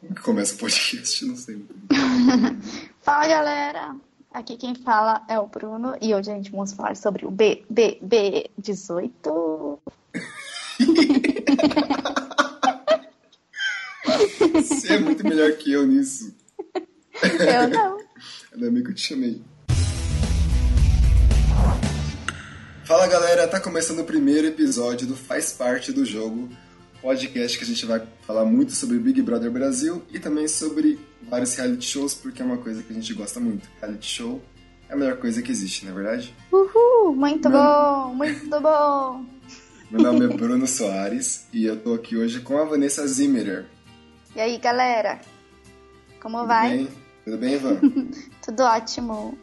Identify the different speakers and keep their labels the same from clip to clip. Speaker 1: Como que começa o podcast? Não sei.
Speaker 2: Fala galera! Aqui quem fala é o Bruno e hoje a gente vamos falar sobre o BBB18.
Speaker 1: Você é muito melhor que eu nisso.
Speaker 2: Eu não.
Speaker 1: Ainda bem que eu te chamei. Fala galera, tá começando o primeiro episódio do Faz Parte do Jogo, podcast que a gente vai falar muito sobre Big Brother Brasil e também sobre vários reality shows, porque é uma coisa que a gente gosta muito. Reality show é a melhor coisa que existe, não é verdade?
Speaker 2: Uhul! Muito
Speaker 1: Não.
Speaker 2: bom! Muito bom!
Speaker 1: Meu nome é Bruno Soares e eu tô aqui hoje com a Vanessa Zimmerer.
Speaker 2: E aí galera? Como
Speaker 1: Tudo
Speaker 2: vai?
Speaker 1: bem? Tudo bem, Ivan?
Speaker 2: Tudo ótimo!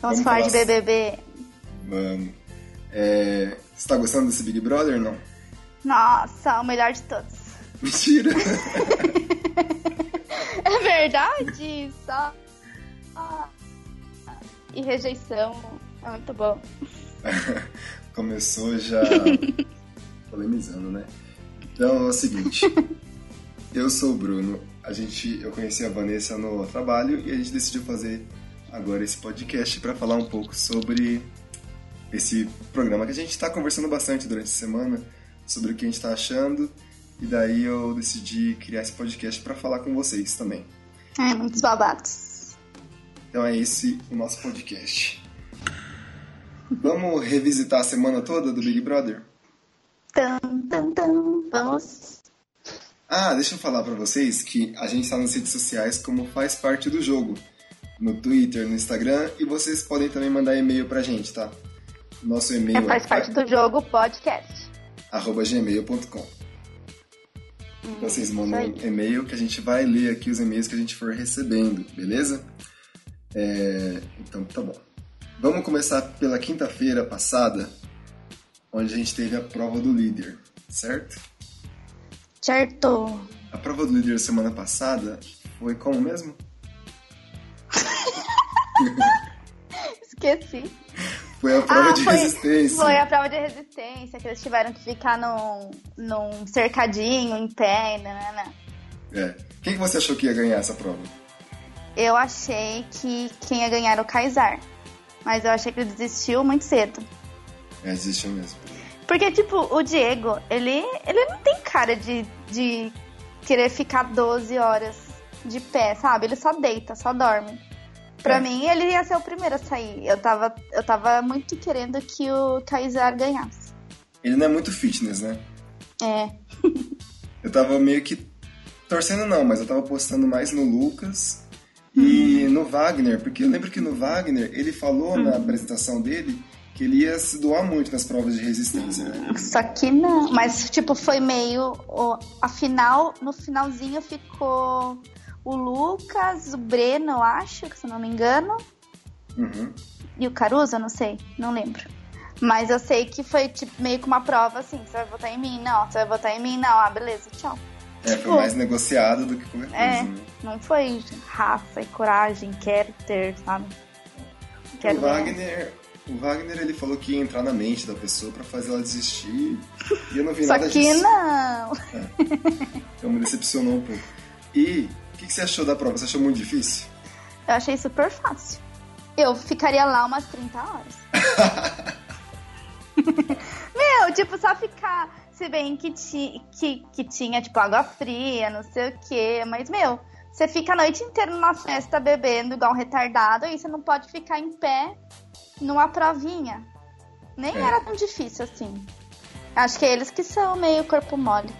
Speaker 2: Vamos
Speaker 1: Vamos
Speaker 2: falar de
Speaker 1: falar-
Speaker 2: BBB.
Speaker 1: Vamos. É... Você tá gostando desse Big Brother não?
Speaker 2: Nossa, o melhor de todos.
Speaker 1: Mentira!
Speaker 2: É verdade? Só. Ah. E rejeição. É muito bom.
Speaker 1: Começou já polemizando, né? Então é o seguinte. Eu sou o Bruno. A gente, eu conheci a Vanessa no trabalho e a gente decidiu fazer agora esse podcast para falar um pouco sobre esse programa que a gente está conversando bastante durante a semana sobre o que a gente está achando. E daí eu decidi criar esse podcast para falar com vocês também.
Speaker 2: É, muitos babados.
Speaker 1: Então é esse o nosso podcast. Vamos revisitar a semana toda do Big Brother?
Speaker 2: Tan, tan, tan. Vamos.
Speaker 1: Ah, deixa eu falar pra vocês que a gente tá nas redes sociais como faz parte do jogo. No Twitter, no Instagram e vocês podem também mandar e-mail pra gente, tá? Nosso e-mail
Speaker 2: É, faz parte do jogo podcast.
Speaker 1: arroba gmail.com. Vocês mandam
Speaker 2: isso
Speaker 1: e-mail que a gente vai ler aqui os e-mails que a gente for recebendo, beleza? É, então tá bom. Vamos começar pela quinta-feira passada, onde a gente teve a prova do líder, certo?
Speaker 2: Certo.
Speaker 1: A prova do líder semana passada foi como mesmo?
Speaker 2: Esqueci.
Speaker 1: Foi a prova
Speaker 2: Ah,
Speaker 1: de
Speaker 2: foi-
Speaker 1: resistência.
Speaker 2: Foi a prova de resistência, que eles tiveram que ficar num, num cercadinho, em pé, né, e nanana.
Speaker 1: É. Quem que você achou que ia ganhar essa prova?
Speaker 2: Eu achei que quem ia ganhar era o Kaysar. Mas eu achei que ele desistiu muito cedo.
Speaker 1: É, desistiu mesmo.
Speaker 2: Porque, tipo, o Diego, ele, ele não tem cara de, de querer ficar 12 horas de pé, sabe? Ele só deita, só dorme. Pra
Speaker 1: É.
Speaker 2: mim, ele ia ser o primeiro a sair. Eu tava, eu tava muito querendo que o Kaysar ganhasse.
Speaker 1: Ele não é muito fitness, né?
Speaker 2: É.
Speaker 1: Eu tava meio que torcendo não, mas eu tava postando mais no Lucas
Speaker 2: Hum.
Speaker 1: e no Wagner, porque eu lembro que no Wagner ele falou na apresentação dele que ele ia se doar muito nas provas de resistência, né?
Speaker 2: Só que não. Mas, tipo, foi meio. o- A final, no finalzinho ficou o Lucas, o Breno, eu acho, que se eu não me engano, Hum.
Speaker 1: Uhum.
Speaker 2: e o Caruso, eu não sei, não lembro. Mas eu sei que foi tipo, meio que uma prova assim: você vai votar em mim? Não, você vai votar em mim? Não, ah, beleza, tchau.
Speaker 1: É, foi
Speaker 2: Tipo-
Speaker 1: mais negociado do que qualquer coisa,
Speaker 2: É.
Speaker 1: né?
Speaker 2: Não foi raça e coragem, quero ter, sabe?
Speaker 1: o
Speaker 2: ganhar.
Speaker 1: Wagner, o Wagner ele falou que ia entrar na mente da pessoa pra fazer ela desistir e eu não vi
Speaker 2: Só
Speaker 1: nada
Speaker 2: que
Speaker 1: disso.
Speaker 2: não.
Speaker 1: Então me decepcionou um pouco. E o que, que você achou da prova? Você achou muito difícil?
Speaker 2: Eu achei super fácil. Eu ficaria lá umas 30 horas. Meu, tipo, só ficar. Se bem que, ti, que, que tinha, tipo, água fria, não sei o quê. Mas, meu, você fica a noite inteira numa festa bebendo igual um retardado e você não pode ficar em pé numa provinha. Nem
Speaker 1: É.
Speaker 2: era tão difícil assim. Acho que é eles que são meio corpo mole.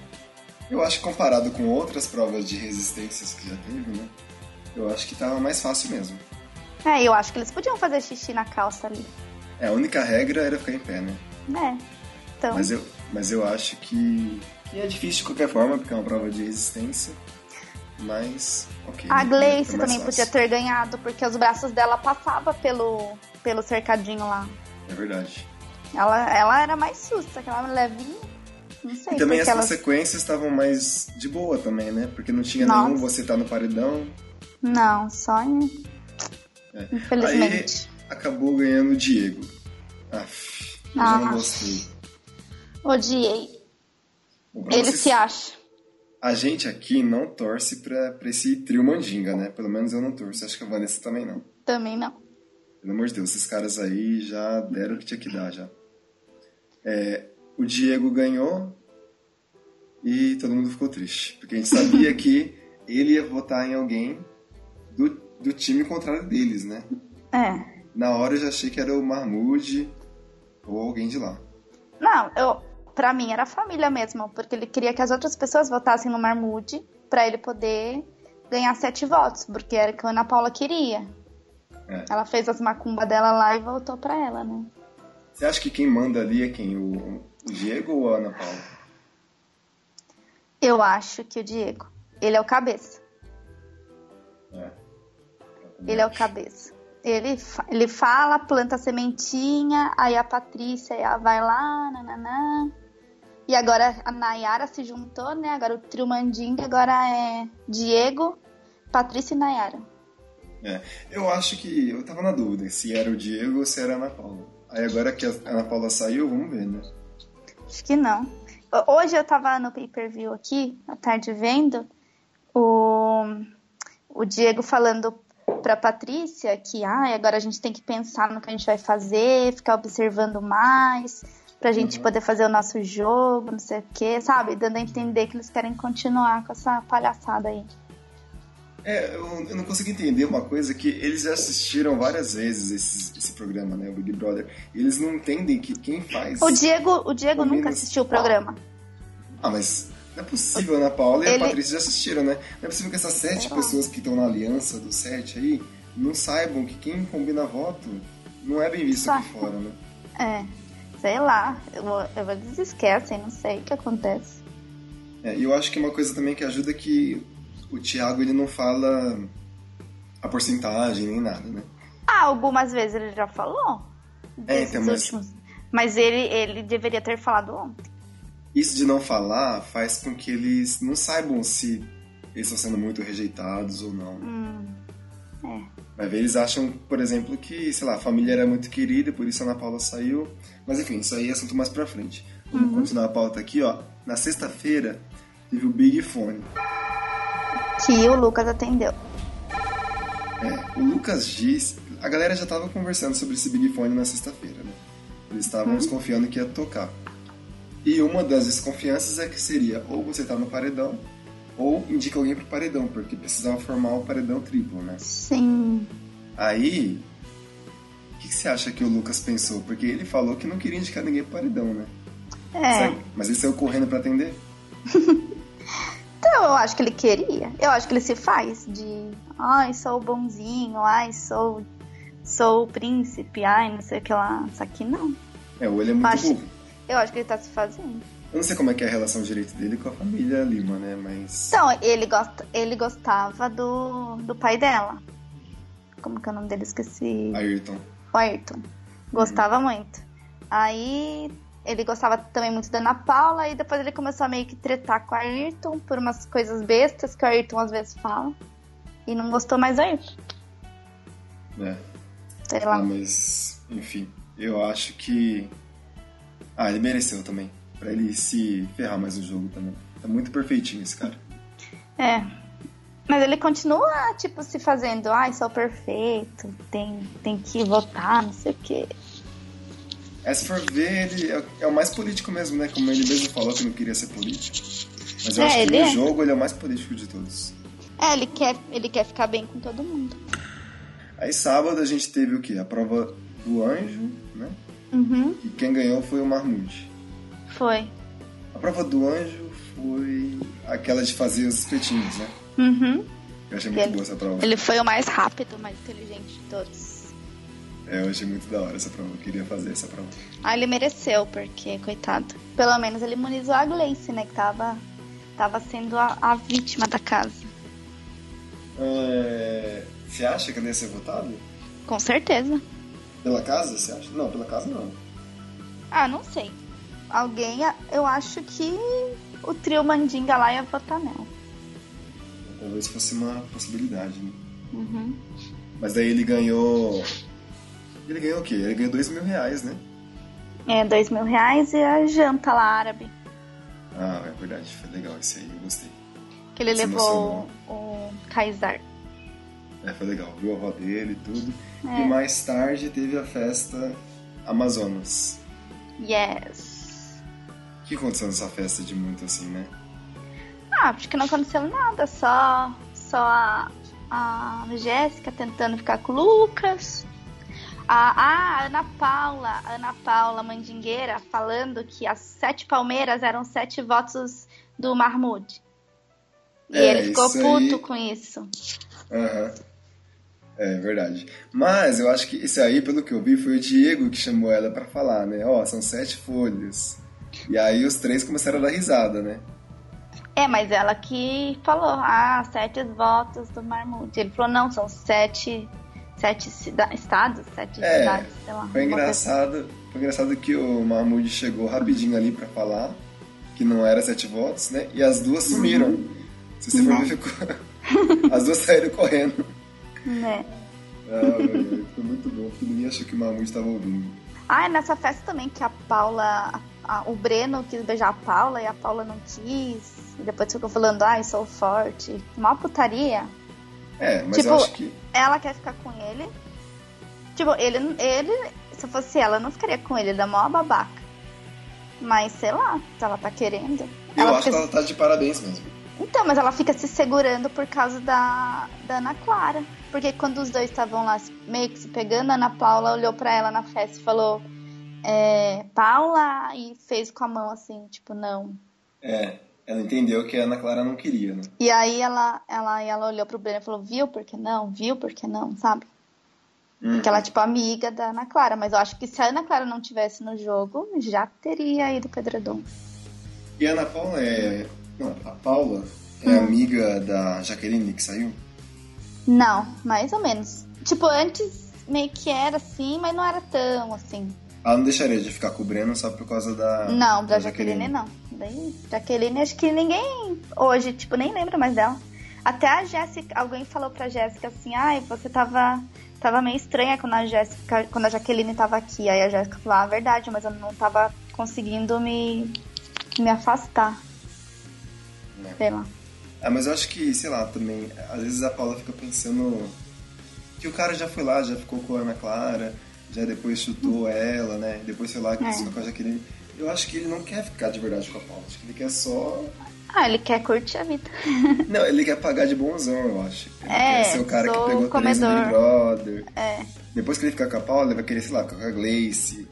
Speaker 1: Eu acho que comparado com outras provas de resistências que já teve, né? Eu acho que tava mais fácil mesmo.
Speaker 2: É, eu acho que eles podiam fazer xixi na calça ali.
Speaker 1: É, a única regra era ficar em pé, né?
Speaker 2: Né? Então.
Speaker 1: Mas eu, mas eu acho que, que é difícil de qualquer forma, porque é uma prova de resistência. Mas, ok.
Speaker 2: A
Speaker 1: né?
Speaker 2: Gleice
Speaker 1: Foi mais fácil.
Speaker 2: também podia ter ganhado, porque os braços dela passavam pelo, pelo cercadinho lá.
Speaker 1: É verdade.
Speaker 2: Ela, ela era mais sussa, aquela levinha. Não sei.
Speaker 1: E também
Speaker 2: porque
Speaker 1: as
Speaker 2: ela-
Speaker 1: consequências estavam mais de boa também, né? Porque não tinha
Speaker 2: Nossa.
Speaker 1: nenhum você tá no paredão.
Speaker 2: Não, só em...
Speaker 1: É.
Speaker 2: Infelizmente.
Speaker 1: Acabou ganhando o Diego. Aff, eu já não
Speaker 2: Ah.
Speaker 1: gostei.
Speaker 2: Odiei.
Speaker 1: Bom, pra
Speaker 2: Ele
Speaker 1: vocês-
Speaker 2: se acha.
Speaker 1: A gente aqui não torce pra, pra esse trio mandinga, né? Pelo menos eu não torço. Acho que a Vanessa também não.
Speaker 2: Também não.
Speaker 1: Pelo amor de Deus, esses caras aí já deram o que tinha que dar já. É, o Diego ganhou e todo mundo ficou triste. Porque a gente sabia que ele ia votar em alguém do, do time contrário deles, né?
Speaker 2: É.
Speaker 1: Na hora eu já achei que era o Marmude ou alguém de lá.
Speaker 2: Não, eu, pra mim era a família mesmo, porque ele queria que as outras pessoas votassem no Marmude pra ele poder ganhar sete votos, porque era o que a Ana Paula queria.
Speaker 1: É.
Speaker 2: Ela fez as macumbas dela lá e voltou pra ela, né?
Speaker 1: Você acha que quem manda ali é quem? O, o Diego ou a Ana Paula?
Speaker 2: Eu acho que o Diego. Ele é o cabeça.
Speaker 1: É. Eu também
Speaker 2: Ele é o
Speaker 1: acho.
Speaker 2: cabeça. Ele, fa- ele fala, planta a sementinha, aí a Patrícia ela vai lá, nananã. E agora a Nayara se juntou, né? Agora o trio Mandinga agora é Diego, Patrícia e Nayara.
Speaker 1: Eu acho que. Eu tava na dúvida se era o Diego ou se era a Ana Paula. Aí agora que a Ana Paula saiu, vamos ver, né?
Speaker 2: Acho que não. Ho- Hoje eu tava no pay-per-view aqui, à tarde vendo, o, o Diego falando pra Patrícia que ah, agora a gente tem que pensar no que a gente vai fazer, ficar observando mais, pra gente
Speaker 1: Uhum.
Speaker 2: poder fazer o nosso jogo, não sei o quê, sabe? Dando a entender que eles querem continuar com essa palhaçada aí.
Speaker 1: É, eu, eu não consigo entender uma coisa que eles já assistiram várias vezes esse, esse programa, né? O Big Brother. E eles não entendem que quem faz.
Speaker 2: O Diego, o Diego
Speaker 1: Pelo
Speaker 2: nunca
Speaker 1: menos-
Speaker 2: assistiu o programa.
Speaker 1: Ah, mas não é possível, Ana Paula e
Speaker 2: Ele-
Speaker 1: a Patrícia já assistiram, né? Não é possível que essas sete
Speaker 2: Sei lá.
Speaker 1: pessoas que estão na aliança dos sete aí não saibam que quem combina voto não é bem visto aqui
Speaker 2: Só.
Speaker 1: fora, né?
Speaker 2: É. Sei lá, eu, eu, eles esquecem, não sei o que acontece.
Speaker 1: É, e eu acho que uma coisa também que ajuda é que o Thiago ele não fala a porcentagem nem nada, né?
Speaker 2: Ah, algumas vezes ele já falou.
Speaker 1: É,
Speaker 2: Desses
Speaker 1: então, mas-
Speaker 2: últimos. Mas ele, ele deveria ter falado ontem.
Speaker 1: Isso de não falar faz com que eles não saibam se eles estão sendo muito rejeitados ou não.
Speaker 2: Hum,
Speaker 1: Vai ver, eles acham, por exemplo, que, sei lá, a família era muito querida, por isso a Ana Paula saiu. Mas enfim, isso aí é assunto mais pra frente. Vamos continuar a pauta aqui, ó. Na sexta-feira, teve o Big Fone.
Speaker 2: que o Lucas atendeu.
Speaker 1: O Lucas Giz, a galera já tava conversando sobre esse Big Fone na sexta-feira, né? Eles estavam
Speaker 2: Hum.
Speaker 1: desconfiando que ia tocar. E uma das desconfianças é que seria ou você tá no paredão, ou indica alguém pro paredão, porque precisava formar o paredão triplo, né?
Speaker 2: Sim.
Speaker 1: Aí, o que, que você acha que o Lucas pensou? Porque ele falou que não queria indicar ninguém pro paredão, né?
Speaker 2: É.
Speaker 1: Sabe? Mas ele saiu correndo pra atender?
Speaker 2: Então eu acho que ele queria. Eu acho que ele se faz de. Ai, sou bonzinho, ai, sou. Sou o príncipe, ai, não sei o que lá. Isso aqui não.
Speaker 1: É, o ele é muito
Speaker 2: Acho-
Speaker 1: burro.
Speaker 2: Eu acho que ele tá se fazendo.
Speaker 1: Eu não sei como é que é a relação direito dele com a família Lima, né? Mas.
Speaker 2: Então, ele, gosta, ele gostava do, do pai dela. Como que é o nome dele? Esqueci.
Speaker 1: Ayrton.
Speaker 2: o Ayrton. Gostava muito. Aí ele gostava também muito da Ana Paula e depois ele começou a meio que tretar com o Ayrton por umas coisas bestas que o Ayrton às vezes fala. E não gostou mais do Ayrton.
Speaker 1: né?
Speaker 2: Sei
Speaker 1: Ah,
Speaker 2: lá.
Speaker 1: mas, enfim, eu acho que. Ah, ele mereceu também. Pra ele se ferrar mais no jogo também. Tá muito perfeitinho esse cara.
Speaker 2: É. Mas ele continua, tipo, se fazendo, ai, sou perfeito, tem, tem que votar, não sei o quê.
Speaker 1: É, se for ver, ele é, é o mais político mesmo, né? Como ele mesmo falou que não queria ser político. Mas eu
Speaker 2: É,
Speaker 1: acho que
Speaker 2: ele
Speaker 1: no
Speaker 2: é.
Speaker 1: jogo ele é o mais político de todos.
Speaker 2: É, ele quer, ele quer ficar bem com todo mundo.
Speaker 1: Aí sábado a gente teve o quê? A prova do anjo, né?
Speaker 2: Uhum.
Speaker 1: E quem ganhou foi o Marmude.
Speaker 2: Foi.
Speaker 1: A prova do anjo foi aquela de fazer os espetinhos, né?
Speaker 2: Uhum.
Speaker 1: Eu achei muito
Speaker 2: Ele-
Speaker 1: boa essa prova.
Speaker 2: Ele foi o mais rápido, o mais inteligente de todos.
Speaker 1: É, eu achei muito da hora essa prova. Eu queria fazer essa prova.
Speaker 2: Ah, ele mereceu, porque, coitado. Pelo menos ele imunizou a Gleice, né? Que tava, tava sendo a, a vítima da casa.
Speaker 1: É, Você acha que ele ia ser votado?
Speaker 2: Com certeza.
Speaker 1: Pela casa, você acha? Não, pela casa não.
Speaker 2: Ah, não sei. Alguém, a- eu acho que o trio Mandinga lá ia votar nela.
Speaker 1: Talvez fosse uma possibilidade, né?
Speaker 2: Uhum.
Speaker 1: Mas daí ele ganhou. Ele ganhou o quê? Ele ganhou dois mil reais, né?
Speaker 2: É, dois mil reais e a janta lá árabe.
Speaker 1: Ah, é verdade. Foi legal esse aí, eu gostei.
Speaker 2: Que ele
Speaker 1: Se
Speaker 2: levou o Kaysar.
Speaker 1: É, foi legal. Viu a avó dele e tudo.
Speaker 2: É.
Speaker 1: E mais tarde teve a festa Amazonas.
Speaker 2: Yes.
Speaker 1: O que aconteceu nessa festa de muito assim, né?
Speaker 2: Ah, acho que não aconteceu nada, só, só a, a Jéssica tentando ficar com o Lucas. A, a Ana Paula, a Ana Paula Mandingueira, falando que as sete palmeiras eram sete votos do Marmude. E
Speaker 1: É,
Speaker 2: ele ficou
Speaker 1: isso
Speaker 2: puto
Speaker 1: aí.
Speaker 2: com isso.
Speaker 1: Aham. É verdade. Mas eu acho que esse aí, pelo que eu vi, foi o Diego que chamou ela pra falar, né? Ó, são sete folhas. E aí os três começaram a dar risada, né?
Speaker 2: É, mas ela que falou, ah, sete votos do Marmude. Ele falou, não, são sete, sete cida- estados, sete
Speaker 1: É,
Speaker 2: cidades, sei
Speaker 1: Foi
Speaker 2: lá. alguma coisa
Speaker 1: engraçado, foi engraçado que o Mahmoud chegou rapidinho ali pra falar que não era sete votos, né? E as duas
Speaker 2: Uhum.
Speaker 1: sumiram. Se você for ver, ficou... as duas saíram correndo.
Speaker 2: assim, né?
Speaker 1: Ah, velho, foi muito bom, porque ninguém achou que o Mahmoud estava ouvindo.
Speaker 2: Ah, e nessa festa também que a Paula. a- o Breno quis beijar a Paula e a Paula não quis. E depois ficou falando, ai, sou forte. Uma putaria.
Speaker 1: É, mas
Speaker 2: Tipo,
Speaker 1: eu acho que...
Speaker 2: Ela quer ficar com ele. Tipo, ele. ele se eu fosse ela, eu não ficaria com ele, ele é mó babaca. Mas sei lá, se ela tá querendo.
Speaker 1: Eu
Speaker 2: ela
Speaker 1: acho
Speaker 2: fica-
Speaker 1: que ela tá de parabéns mesmo.
Speaker 2: Então, mas ela fica se segurando por causa da, da Ana Clara. Porque quando os dois estavam lá se- meio que se pegando, a Ana Paula olhou pra ela na festa e falou: é, Paula, e fez com a mão assim, tipo, não.
Speaker 1: É, ela entendeu que a Ana Clara não queria, né?
Speaker 2: E aí ela, ela, e ela olhou pro Breno e falou: Viu por que não? Viu por que não? Sabe?
Speaker 1: Hum.
Speaker 2: Porque ela é tipo amiga da Ana Clara. Mas eu acho que se a Ana Clara não tivesse no jogo, já teria ido pro Edredom.
Speaker 1: E a Ana Paula é... Não, a Paula é
Speaker 2: Hum.
Speaker 1: amiga da Jaqueline que saiu?
Speaker 2: Não, mais ou menos. Tipo, antes meio que era assim, mas não era tão assim.
Speaker 1: Ela não deixaria de ficar com o Breno só por causa da...
Speaker 2: Não, da Jaqueline não. Daí, Jaqueline, acho que ninguém hoje, tipo, nem lembra mais dela. Até a Jéssica, alguém falou pra Jéssica assim, ai, você tava, tava meio estranha quando a Jéssica, quando a Jaqueline tava aqui. Aí a Jéssica falou, ah, verdade, mas eu não tava conseguindo me, me afastar.
Speaker 1: Né.
Speaker 2: Sei lá.
Speaker 1: Ah, mas eu acho que, sei lá, também, às vezes a Paula fica pensando que o cara já foi lá, já ficou com a Ana Clara, já depois chutou ela, né? Depois foi lá que
Speaker 2: É.
Speaker 1: ficou com a Jaqueline. Eu acho que ele não quer ficar de verdade com a Paula, acho que ele quer só.
Speaker 2: Ah, ele quer curtir a vida.
Speaker 1: Não, ele quer pagar de bonzão, eu acho. Ele
Speaker 2: É,
Speaker 1: quer ser o cara que
Speaker 2: sou
Speaker 1: pegou três no
Speaker 2: comedor.
Speaker 1: Big Brother.
Speaker 2: É.
Speaker 1: Depois que ele ficar com a Paula, ele vai querer, sei lá, ficar com a Gleice.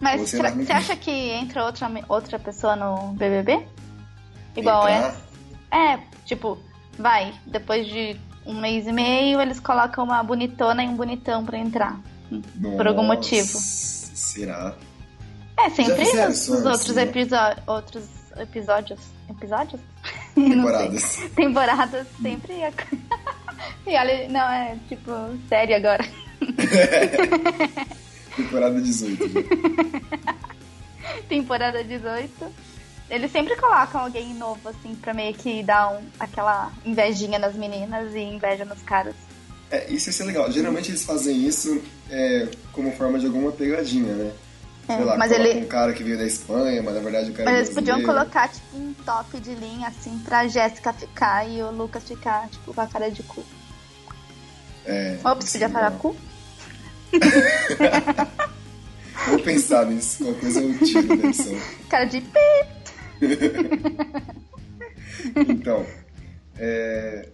Speaker 2: Mas
Speaker 1: Você
Speaker 2: será-
Speaker 1: não-
Speaker 2: você acha que entra outra, outra pessoa no BBB? Igual
Speaker 1: Entrar.
Speaker 2: essa? É, tipo, vai, depois de um mês e meio, eles colocam uma bonitona e um bonitão pra entrar. Por algum
Speaker 1: Nossa,
Speaker 2: motivo.
Speaker 1: Será?
Speaker 2: É, sempre
Speaker 1: fizeram
Speaker 2: os,
Speaker 1: isso
Speaker 2: os
Speaker 1: antes,
Speaker 2: outros,
Speaker 1: né?
Speaker 2: episo- outros episódios. Episódios? Não sei.
Speaker 1: Temporadas.
Speaker 2: Temporadas sempre. é- e olha, não, é tipo, série agora.
Speaker 1: Temporada 18. né?
Speaker 2: Temporada 18. Eles sempre colocam alguém novo, assim, pra meio que dar um- aquela invejinha nas meninas e inveja nos caras.
Speaker 1: É, isso ia ser legal. Geralmente eles fazem isso é, como forma de alguma pegadinha, né?
Speaker 2: É,
Speaker 1: Sei lá,
Speaker 2: mas
Speaker 1: coloca
Speaker 2: ele-
Speaker 1: um cara que veio da Espanha, mas na verdade o cara
Speaker 2: Mas
Speaker 1: é
Speaker 2: eles podiam
Speaker 1: brasileiro.
Speaker 2: colocar, tipo, um top de linha, assim, pra Jéssica ficar e o Lucas ficar, tipo, com a cara de cu.
Speaker 1: É,
Speaker 2: Ops,
Speaker 1: isso
Speaker 2: podia
Speaker 1: é
Speaker 2: falar
Speaker 1: legal.
Speaker 2: cu?
Speaker 1: Vou pensar nisso, qualquer coisa eu tiro da edição.
Speaker 2: Cara de pi.
Speaker 1: Então, é...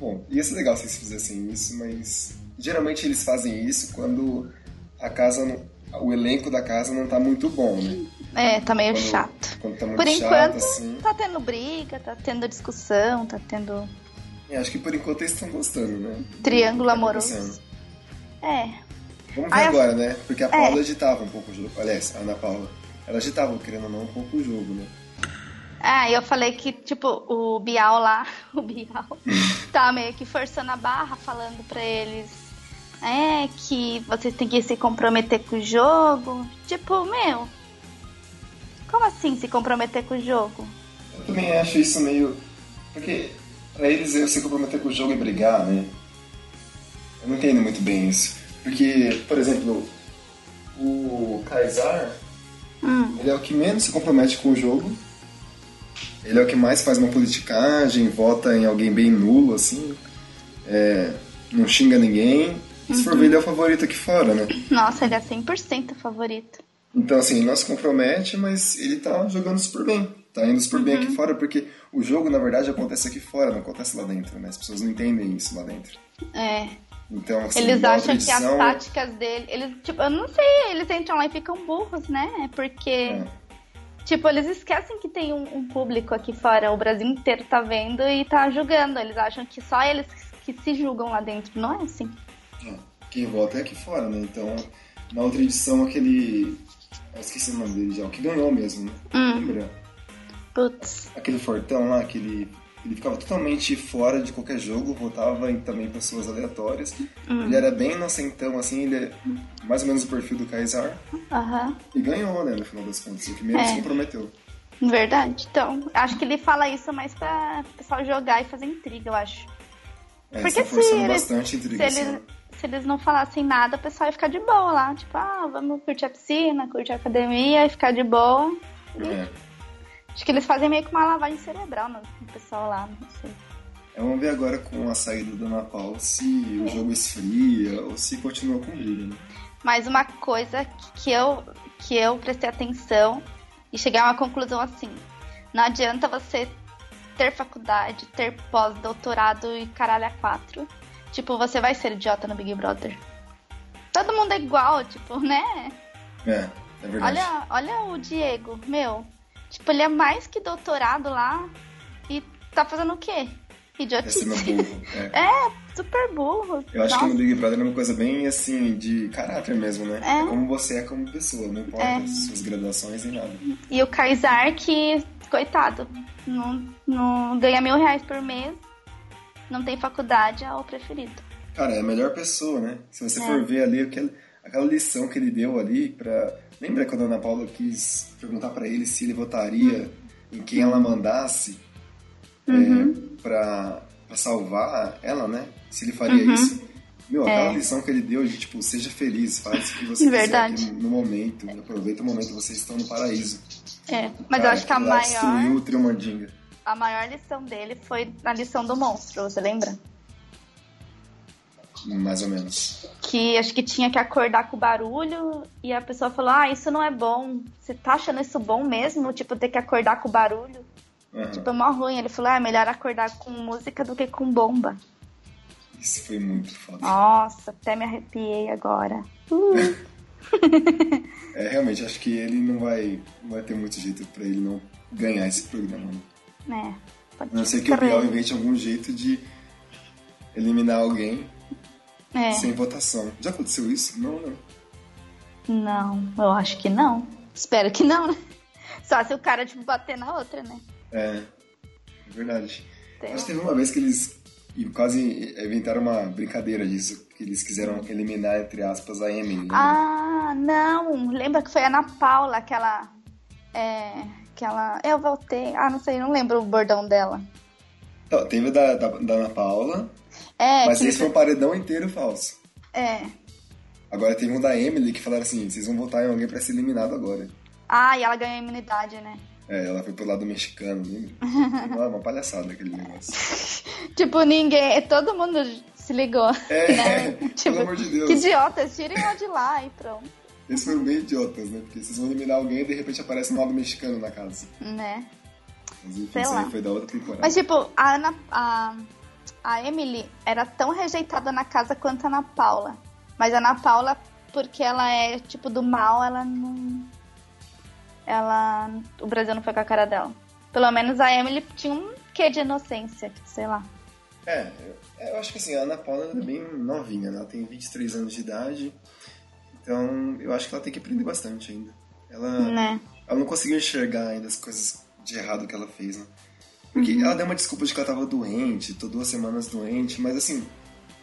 Speaker 1: Bom, ia ser legal se eles fizessem isso, mas... Geralmente eles fazem isso quando a casa, não- o elenco da casa não tá muito bom, né?
Speaker 2: É, tá meio
Speaker 1: Quando-
Speaker 2: chato.
Speaker 1: Quando tá muito
Speaker 2: Por
Speaker 1: chato,
Speaker 2: enquanto-
Speaker 1: assim...
Speaker 2: Tá tendo briga, tá tendo discussão, tá tendo
Speaker 1: É, acho que por enquanto eles estão gostando, né?
Speaker 2: triângulo
Speaker 1: Tá
Speaker 2: amoroso.
Speaker 1: acontecendo.
Speaker 2: É,
Speaker 1: Vamos ver
Speaker 2: Aí eu- é.
Speaker 1: agora, né? Porque a Paula agitava um pouco o jogo. Aliás, a Ana Paula, ela agitava, querendo ou não, um pouco o jogo, né?
Speaker 2: Ah, eu falei que, tipo, o Bial lá, o Bial, tá meio que forçando a barra, falando pra eles, é, que vocês têm que se comprometer com o jogo. Tipo, meu, como assim se comprometer com o jogo?
Speaker 1: Eu também acho isso meio. Porque pra eles eu se comprometer com o jogo e brigar, né? Eu não entendo muito bem isso. Porque, por exemplo, o Kaysar,
Speaker 2: Hum.
Speaker 1: ele é o que menos se compromete com o jogo. Ele é o que mais faz uma politicagem, vota em alguém bem nulo, assim. É, não xinga ninguém. E se for ver, ele é o favorito aqui fora, né?
Speaker 2: Nossa, ele é 100% favorito.
Speaker 1: Então, assim, ele não se compromete, mas ele tá jogando super bem. Tá indo super bem aqui
Speaker 2: Uhum.
Speaker 1: fora, porque o jogo, na verdade, acontece aqui fora, não acontece lá dentro, né? As pessoas não entendem isso lá dentro.
Speaker 2: É.
Speaker 1: Então, assim,
Speaker 2: Eles
Speaker 1: na
Speaker 2: acham
Speaker 1: outra
Speaker 2: que as
Speaker 1: edição,
Speaker 2: táticas dele. Eles, tipo, eu não sei, eles entram lá e ficam burros, né? Porque,
Speaker 1: é.
Speaker 2: tipo, eles esquecem que tem um, um público aqui fora. O Brasil inteiro tá vendo e tá julgando. Eles acham que só eles que se julgam lá dentro. Não é assim.
Speaker 1: Quem vota é aqui fora, né? Então, na outra edição, aquele. Eu esqueci o nome dele já, o que ganhou mesmo, né?
Speaker 2: Hum.
Speaker 1: Lembra?
Speaker 2: Putz.
Speaker 1: Aquele fortão lá, que ele, ele ficava totalmente fora de qualquer jogo, votava em também pessoas aleatórias.
Speaker 2: Hum.
Speaker 1: Ele era bem inocentão, assim, ele é mais ou menos o perfil do Kaysar.
Speaker 2: Aham.
Speaker 1: E ganhou, né, no final das contas. O que menos
Speaker 2: É.
Speaker 1: se comprometeu.
Speaker 2: Verdade. Então, acho que ele fala isso mais pra pessoal jogar e fazer intriga, eu acho.
Speaker 1: É,
Speaker 2: Porque
Speaker 1: está
Speaker 2: se
Speaker 1: forçando
Speaker 2: ele-
Speaker 1: bastante a intriga,
Speaker 2: se
Speaker 1: assim,
Speaker 2: ele-
Speaker 1: né?
Speaker 2: Se eles não falassem nada, o pessoal ia ficar de boa lá. Tipo, ah, vamos curtir a piscina, curtir a academia e ficar de boa.
Speaker 1: É.
Speaker 2: Acho que eles fazem meio que uma lavagem cerebral no no pessoal lá, não sei.
Speaker 1: É, Vamos ver agora com a saída da Ana Paula se o jogo esfria ou se continua com brilho, né?
Speaker 2: Mas uma coisa que eu, que eu prestei atenção e cheguei a uma conclusão assim: não adianta você ter faculdade, ter pós-doutorado e caralho a quatro. Tipo, você vai ser idiota no Big Brother. Todo mundo é igual, tipo, né?
Speaker 1: É, é verdade.
Speaker 2: Olha, olha o Diego, meu. Tipo, ele é mais que doutorado lá e tá fazendo o quê?
Speaker 1: É sendo
Speaker 2: Idiotice.
Speaker 1: burro. É.
Speaker 2: Super burro.
Speaker 1: Eu acho que
Speaker 2: Nossa.
Speaker 1: no Big Brother é uma coisa bem assim, de caráter mesmo, né?
Speaker 2: É.
Speaker 1: Como você é como pessoa, não importa
Speaker 2: É.
Speaker 1: suas graduações nem nada.
Speaker 2: E o Kaysar, que, coitado, não, não ganha mil reais por mês, não tem faculdade, é o preferido.
Speaker 1: Cara, é a melhor pessoa, né? Se você
Speaker 2: É.
Speaker 1: for ver ali aquela, aquela lição que ele deu ali pra. Lembra quando a Ana Paula quis perguntar pra ele se ele
Speaker 2: Uhum.
Speaker 1: votaria em quem ela mandasse é,
Speaker 2: Uhum.
Speaker 1: pra, pra salvar ela, né? Se ele faria
Speaker 2: Uhum.
Speaker 1: isso. Meu, aquela
Speaker 2: É.
Speaker 1: lição que ele deu de tipo, seja feliz, faz o que você
Speaker 2: Verdade.
Speaker 1: quiser aqui no momento, aproveita o momento, vocês estão no paraíso.
Speaker 2: É, mas eu
Speaker 1: Cara,
Speaker 2: acho que a
Speaker 1: aquilo lá
Speaker 2: maior,
Speaker 1: Destruiu o trio Mandinga.
Speaker 2: a maior lição dele foi na lição do monstro, você lembra?
Speaker 1: Mais ou menos.
Speaker 2: Que acho que tinha que acordar com o barulho e a pessoa falou: Ah, isso não é bom. Você tá achando isso bom mesmo? Tipo, ter que acordar com o barulho?
Speaker 1: Aham.
Speaker 2: Tipo, é mó ruim. Ele falou: Ah, é melhor acordar com música do que com bomba.
Speaker 1: Isso foi muito foda.
Speaker 2: Nossa, até me arrepiei agora.
Speaker 1: É, realmente, acho que ele não vai, não vai ter muito jeito pra ele não ganhar esse programa. Né?
Speaker 2: Né? Pode
Speaker 1: A não ser que o
Speaker 2: crer.
Speaker 1: Biel invente algum jeito de eliminar alguém
Speaker 2: É.
Speaker 1: sem votação. Já aconteceu isso? Não, né? não.
Speaker 2: Não, eu acho que não. Espero que não, né? Só se o cara, tipo, bater na outra, né?
Speaker 1: É, é verdade.
Speaker 2: Sei
Speaker 1: Acho que
Speaker 2: lá.
Speaker 1: teve uma vez que eles quase inventaram uma brincadeira disso, que eles quiseram eliminar, entre aspas, a Emily. né?
Speaker 2: Ah, não! Lembra que foi a Ana Paula, aquela. É. Aquela. Eu voltei. Ah, não sei, não lembro o bordão dela.
Speaker 1: Então, teve o da, da, da Ana Paula,
Speaker 2: É,
Speaker 1: mas
Speaker 2: que.
Speaker 1: esse foi um paredão inteiro falso.
Speaker 2: É.
Speaker 1: Agora teve um da Emily que falaram assim, vocês vão votar em alguém pra ser eliminado agora.
Speaker 2: Ah, e ela ganhou imunidade, né?
Speaker 1: É, ela foi pro lado mexicano, lembra? Uma, uma palhaçada aquele negócio.
Speaker 2: Tipo, ninguém. Todo mundo se ligou.
Speaker 1: É,
Speaker 2: Né?
Speaker 1: pelo
Speaker 2: Tipo,
Speaker 1: amor de Deus.
Speaker 2: Que idiotas, tirem ela de lá e pronto.
Speaker 1: Eles foram bem idiotas, né? Porque vocês vão eliminar alguém e de repente aparece um lado mexicano na casa.
Speaker 2: Né?
Speaker 1: Mas enfim,
Speaker 2: Sei
Speaker 1: isso
Speaker 2: lá.
Speaker 1: aí foi da outra temporada.
Speaker 2: Mas, tipo, a Ana. A, a Emily era tão rejeitada na casa quanto a Ana Paula. Mas a Ana Paula, porque ela é, tipo, do mal, ela não. Ela. O Brasil não foi com a cara dela. Pelo menos a Emily tinha um quê de inocência, sei lá.
Speaker 1: É, eu, eu acho que assim, a Ana Paula ela é bem novinha, né? Ela tem 23 anos de idade. Então, eu acho que ela tem que aprender bastante ainda. Ela,
Speaker 2: Né?
Speaker 1: ela não conseguiu enxergar ainda as coisas de errado que ela fez, né? Porque
Speaker 2: Uhum.
Speaker 1: ela deu uma desculpa de que ela tava doente, tô duas semanas doente, mas assim,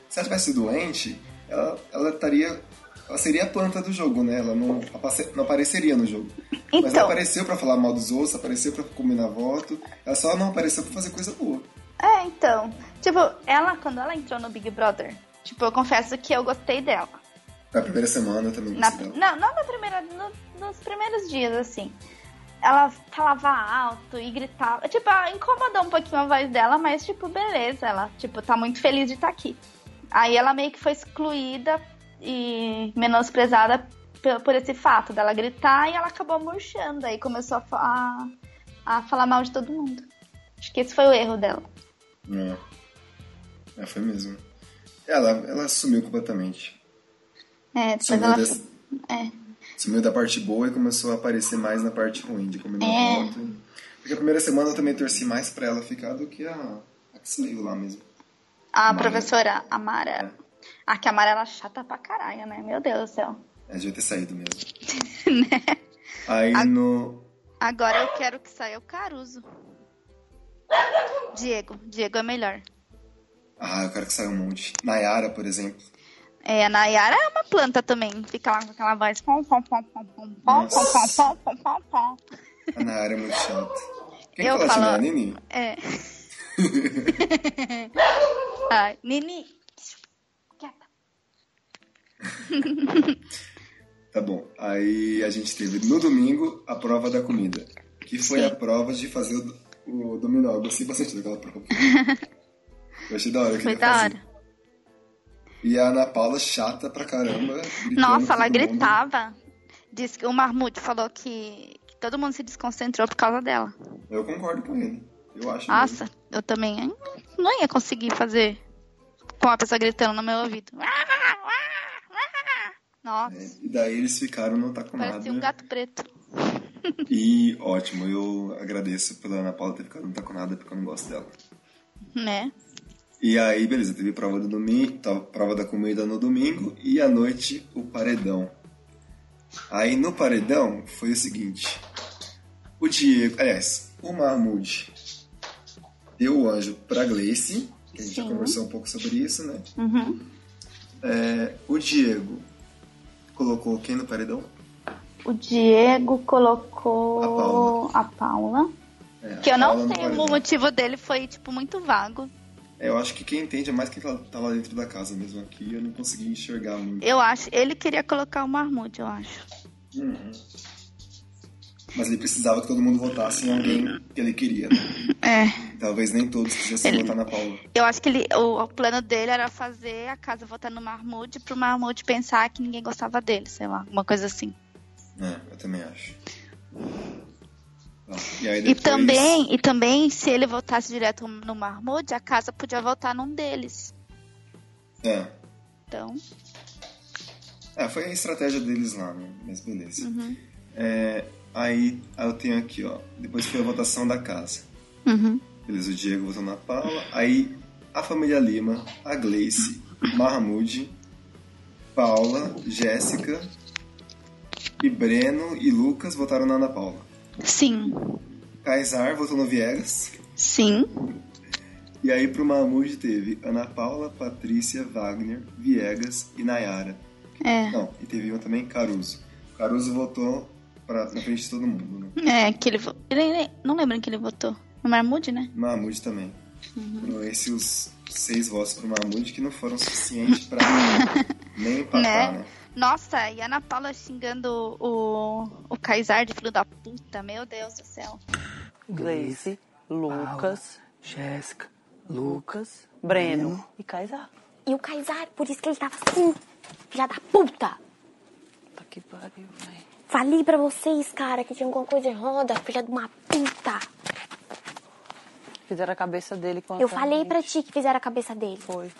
Speaker 1: se ela tivesse doente, ela, ela estaria. Ela seria a planta do jogo, né? Ela não, apace- não apareceria no jogo. Mas ela
Speaker 2: Então,
Speaker 1: apareceu pra falar mal dos outros, apareceu pra combinar voto, ela só não apareceu pra fazer coisa boa.
Speaker 2: é, então. Tipo, ela, quando ela entrou no Big Brother, tipo, eu confesso que eu gostei dela.
Speaker 1: Na primeira semana eu também
Speaker 2: Na-
Speaker 1: gostei dela.
Speaker 2: não, não na primeira, no- nos primeiros dias, assim. ela falava alto e gritava. Tipo, ela incomodou um pouquinho a voz dela, mas, tipo, beleza, ela, tipo, tá muito feliz de estar aqui. Aí ela meio que foi excluída e menosprezada p- por esse fato dela gritar e ela acabou murchando. Aí começou a, fa- a, a falar mal de todo mundo. Acho que esse foi o erro dela.
Speaker 1: É. É, foi mesmo. Ela, ela sumiu completamente.
Speaker 2: É, depois
Speaker 1: Sumiu,
Speaker 2: ela.
Speaker 1: dessa-
Speaker 2: É.
Speaker 1: sumiu da parte boa e começou a aparecer mais na parte ruim de combinar
Speaker 2: É.
Speaker 1: com o outro. Porque a primeira semana eu também torci mais pra ela ficar do que a, a que saiu lá mesmo.
Speaker 2: A
Speaker 1: Amara.
Speaker 2: professora Amara. Ah, que a Amara era chata pra caralho, né? Meu Deus do céu.
Speaker 1: Ela É, devia ter saído mesmo.
Speaker 2: Né?
Speaker 1: Aí no.
Speaker 2: Agora eu quero que saia o Caruso. Diego. Diego é melhor.
Speaker 1: Ah, eu quero que saia um monte. Nayara, por exemplo.
Speaker 2: É, a Nayara é uma planta também. Fica lá com aquela voz. Pom, pom, pom, pom, pom, pom, pom, pom, pom, pom, pom, pom.
Speaker 1: A Nayara é muito chata. Quem
Speaker 2: Eu
Speaker 1: que ela
Speaker 2: falo-
Speaker 1: tinha? A Nini?
Speaker 2: É. Ai, Nini. Quieta.
Speaker 1: Tá bom. Aí a gente teve no domingo a prova da comida. Que foi
Speaker 2: Sim.
Speaker 1: a prova de fazer o, o dominó. Eu gostei bastante daquela prova. Eu achei da hora. eu
Speaker 2: Foi
Speaker 1: queria
Speaker 2: da
Speaker 1: fazer.
Speaker 2: hora.
Speaker 1: E a Ana Paula, é chata pra caramba. gritando com
Speaker 2: Nossa, ela
Speaker 1: todo mundo.
Speaker 2: gritava. Diz que o Marmute falou que, que todo mundo se desconcentrou por causa dela.
Speaker 1: Eu concordo com ele. Eu acho. mesmo.
Speaker 2: Nossa, eu também hein, não ia conseguir fazer com a pessoa gritando no meu ouvido. Nossa,
Speaker 1: É, E daí eles ficaram no taco
Speaker 2: parecia um gato preto.
Speaker 1: E ótimo, eu agradeço pela Ana Paula ter ficado no taco nada porque eu não gosto dela.
Speaker 2: Né?
Speaker 1: E aí, beleza, teve prova do domingo, tá- prova da comida no domingo e à noite o paredão. Aí no paredão foi o seguinte: o Diego, aliás, o Mahmoud deu o anjo pra Gleice, que a gente já
Speaker 2: Sim.
Speaker 1: conversou um pouco sobre isso, né?
Speaker 2: Uhum.
Speaker 1: É, o Diego colocou quem no paredão?
Speaker 2: O Diego colocou
Speaker 1: A
Speaker 2: a Paula.
Speaker 1: É, a
Speaker 2: Que eu não
Speaker 1: Paula no
Speaker 2: sei,
Speaker 1: paredão.
Speaker 2: o motivo dele foi, tipo, muito vago.
Speaker 1: É, Eu acho que quem entende é mais quem tá tá lá dentro da casa mesmo aqui, eu não consegui enxergar muito.
Speaker 2: Eu acho, ele queria colocar o Marmude, eu acho.
Speaker 1: Uhum. Mas ele precisava que todo mundo votasse em alguém que ele queria, né?
Speaker 2: É.
Speaker 1: Talvez nem todos quisessem
Speaker 2: Ele-
Speaker 1: votar na Paula.
Speaker 2: Eu acho que ele, o, o plano dele era fazer a casa votar no Marmude pro Marmude pensar que ninguém gostava dele, sei lá, uma coisa assim.
Speaker 1: É, eu também acho. Bom, e aí
Speaker 2: E
Speaker 1: depois,
Speaker 2: também, e também, se ele voltasse direto no Marmude, a casa podia voltar num deles.
Speaker 1: É,
Speaker 2: Então,
Speaker 1: é, foi a estratégia deles lá, né? Mas beleza.
Speaker 2: uhum.
Speaker 1: É, aí, aí eu tenho aqui, ó. Depois foi a votação da casa.
Speaker 2: Uhum.
Speaker 1: Beleza, o Diego votou na Paula. Aí a família Lima, a Gleice, Mahmoud, Paula, Jéssica e Breno e Lucas votaram na Ana Paula.
Speaker 2: sim,
Speaker 1: Kaysar votou no Viegas.
Speaker 2: sim,
Speaker 1: E aí pro Mahmoud teve Ana Paula, Patrícia, Wagner, Viegas e Nayara.
Speaker 2: é,
Speaker 1: Não, e teve um também, Caruso. Caruso votou pra, na frente de todo mundo, né?
Speaker 2: é que ele, vo- ele, ele- não lembro em que ele votou, no Marmude, né?
Speaker 1: Mahmoud também. Foram esses os seis votos pro Mahmoud que não foram suficientes pra nem empatar, né?
Speaker 2: Né? Nossa, e a Ana Paula xingando o, o Kaysar de filho da puta, meu Deus do céu.
Speaker 3: Gleice, Lucas,
Speaker 4: Jéssica, Lucas,
Speaker 3: Breno e Kaysar.
Speaker 5: E o Kaysar, por isso que ele tava assim, filha da puta.
Speaker 4: Puta que pariu, velho.
Speaker 5: Falei pra vocês, cara, que tinha alguma coisa errada, filha de uma puta.
Speaker 3: Fizeram a cabeça dele com a
Speaker 5: Eu
Speaker 3: cara
Speaker 5: falei
Speaker 3: de-
Speaker 5: pra ti que fizeram a cabeça dele.
Speaker 3: Foi.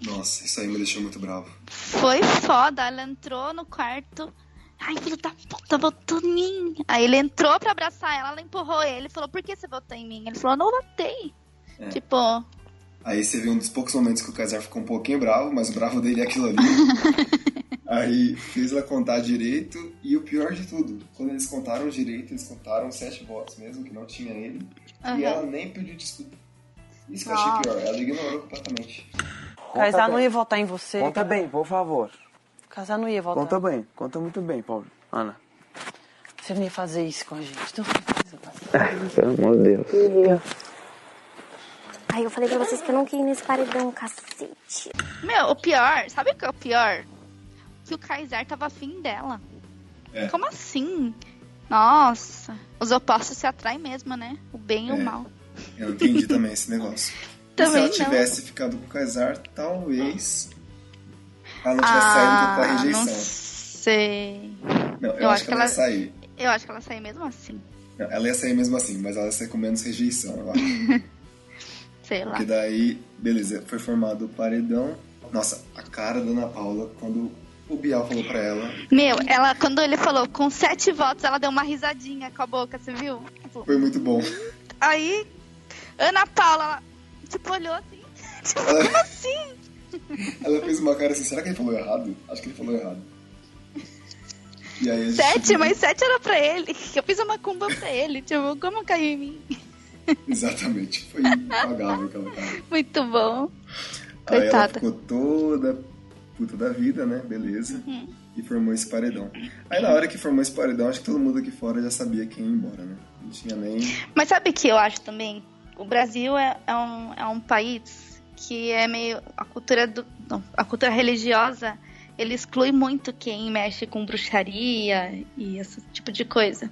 Speaker 1: Nossa, isso aí me deixou muito bravo.
Speaker 2: Foi foda, ela entrou no quarto. Ai, filho da puta, votou em mim. Aí ele entrou pra abraçar ela, ela empurrou ele e falou: Por que você votou em mim? Ele falou: Não votei.
Speaker 1: É.
Speaker 2: Tipo,
Speaker 1: Aí você vê um dos poucos momentos que o Kaysar ficou um pouquinho bravo, mas o bravo dele é aquilo ali. aí fez ela contar direito, e o pior de tudo, quando eles contaram direito, eles contaram sete votos mesmo, que não tinha ele,
Speaker 2: Aham.
Speaker 1: e ela nem pediu desculpa. Isso que eu
Speaker 2: Nossa.
Speaker 1: achei pior, ela ignorou completamente.
Speaker 3: Kaysar
Speaker 4: bem.
Speaker 3: não ia votar em você.
Speaker 4: Conta bem, por favor.
Speaker 3: Kaysar não ia votar.
Speaker 4: Conta bem, conta muito bem, Paulo. Ana.
Speaker 3: Você não ia fazer isso com a gente. Então, Não precisa fazer.
Speaker 4: Pelo amor de Deus.
Speaker 5: Aí eu falei pra vocês que eu não queria ir nesse paredão, cacete.
Speaker 2: meu, o pior, sabe o que é o pior? Que o Kaysar tava afim dela.
Speaker 1: É.
Speaker 2: Como assim? Nossa, os opostos se atraem mesmo, né? O bem e
Speaker 1: É.
Speaker 2: o mal.
Speaker 1: Eu não entendi também esse negócio. E se
Speaker 2: Também
Speaker 1: ela
Speaker 2: não.
Speaker 1: tivesse ficado com o Kaysar, talvez ela não tivesse saído pela
Speaker 2: Ah, não
Speaker 1: rejeição.
Speaker 2: sei.
Speaker 1: Não, eu, acho que ela ia sair.
Speaker 2: Eu acho que ela saiu mesmo assim.
Speaker 1: Não, Ela ia sair mesmo assim, mas ela ia sair com menos rejeição, eu acho.
Speaker 2: Sei lá.
Speaker 1: Porque daí, beleza, foi formado o paredão. Nossa, a cara da Ana Paula quando o Bial falou pra ela.
Speaker 2: Meu, ela, quando ele falou com sete votos, ela deu uma risadinha com a boca, você viu? Tipo,
Speaker 1: Foi muito bom.
Speaker 2: Aí, Ana Paula, ela, tipo, olhou assim. Tipo, como assim?
Speaker 1: Ela fez uma cara assim, será que ele falou errado? Acho que ele falou errado. E aí a gente-
Speaker 2: Sete, mas sete era pra ele. Eu fiz uma cumba pra ele. Tipo, como caiu em mim?
Speaker 1: Exatamente, foi impagável aquela cara.
Speaker 2: Muito bom.
Speaker 1: Aí ela
Speaker 2: Coitada.
Speaker 1: ficou toda puta da vida, né? Beleza.
Speaker 2: Uhum.
Speaker 1: E formou esse paredão. Aí na hora que formou esse paredão, acho que todo mundo aqui fora já sabia quem ia embora, né? Não tinha nem.
Speaker 2: Mas sabe o que eu acho também? O Brasil é, é um, é um país que é meio. A cultura, do, não, a cultura religiosa ele exclui muito quem mexe com bruxaria e esse tipo de coisa.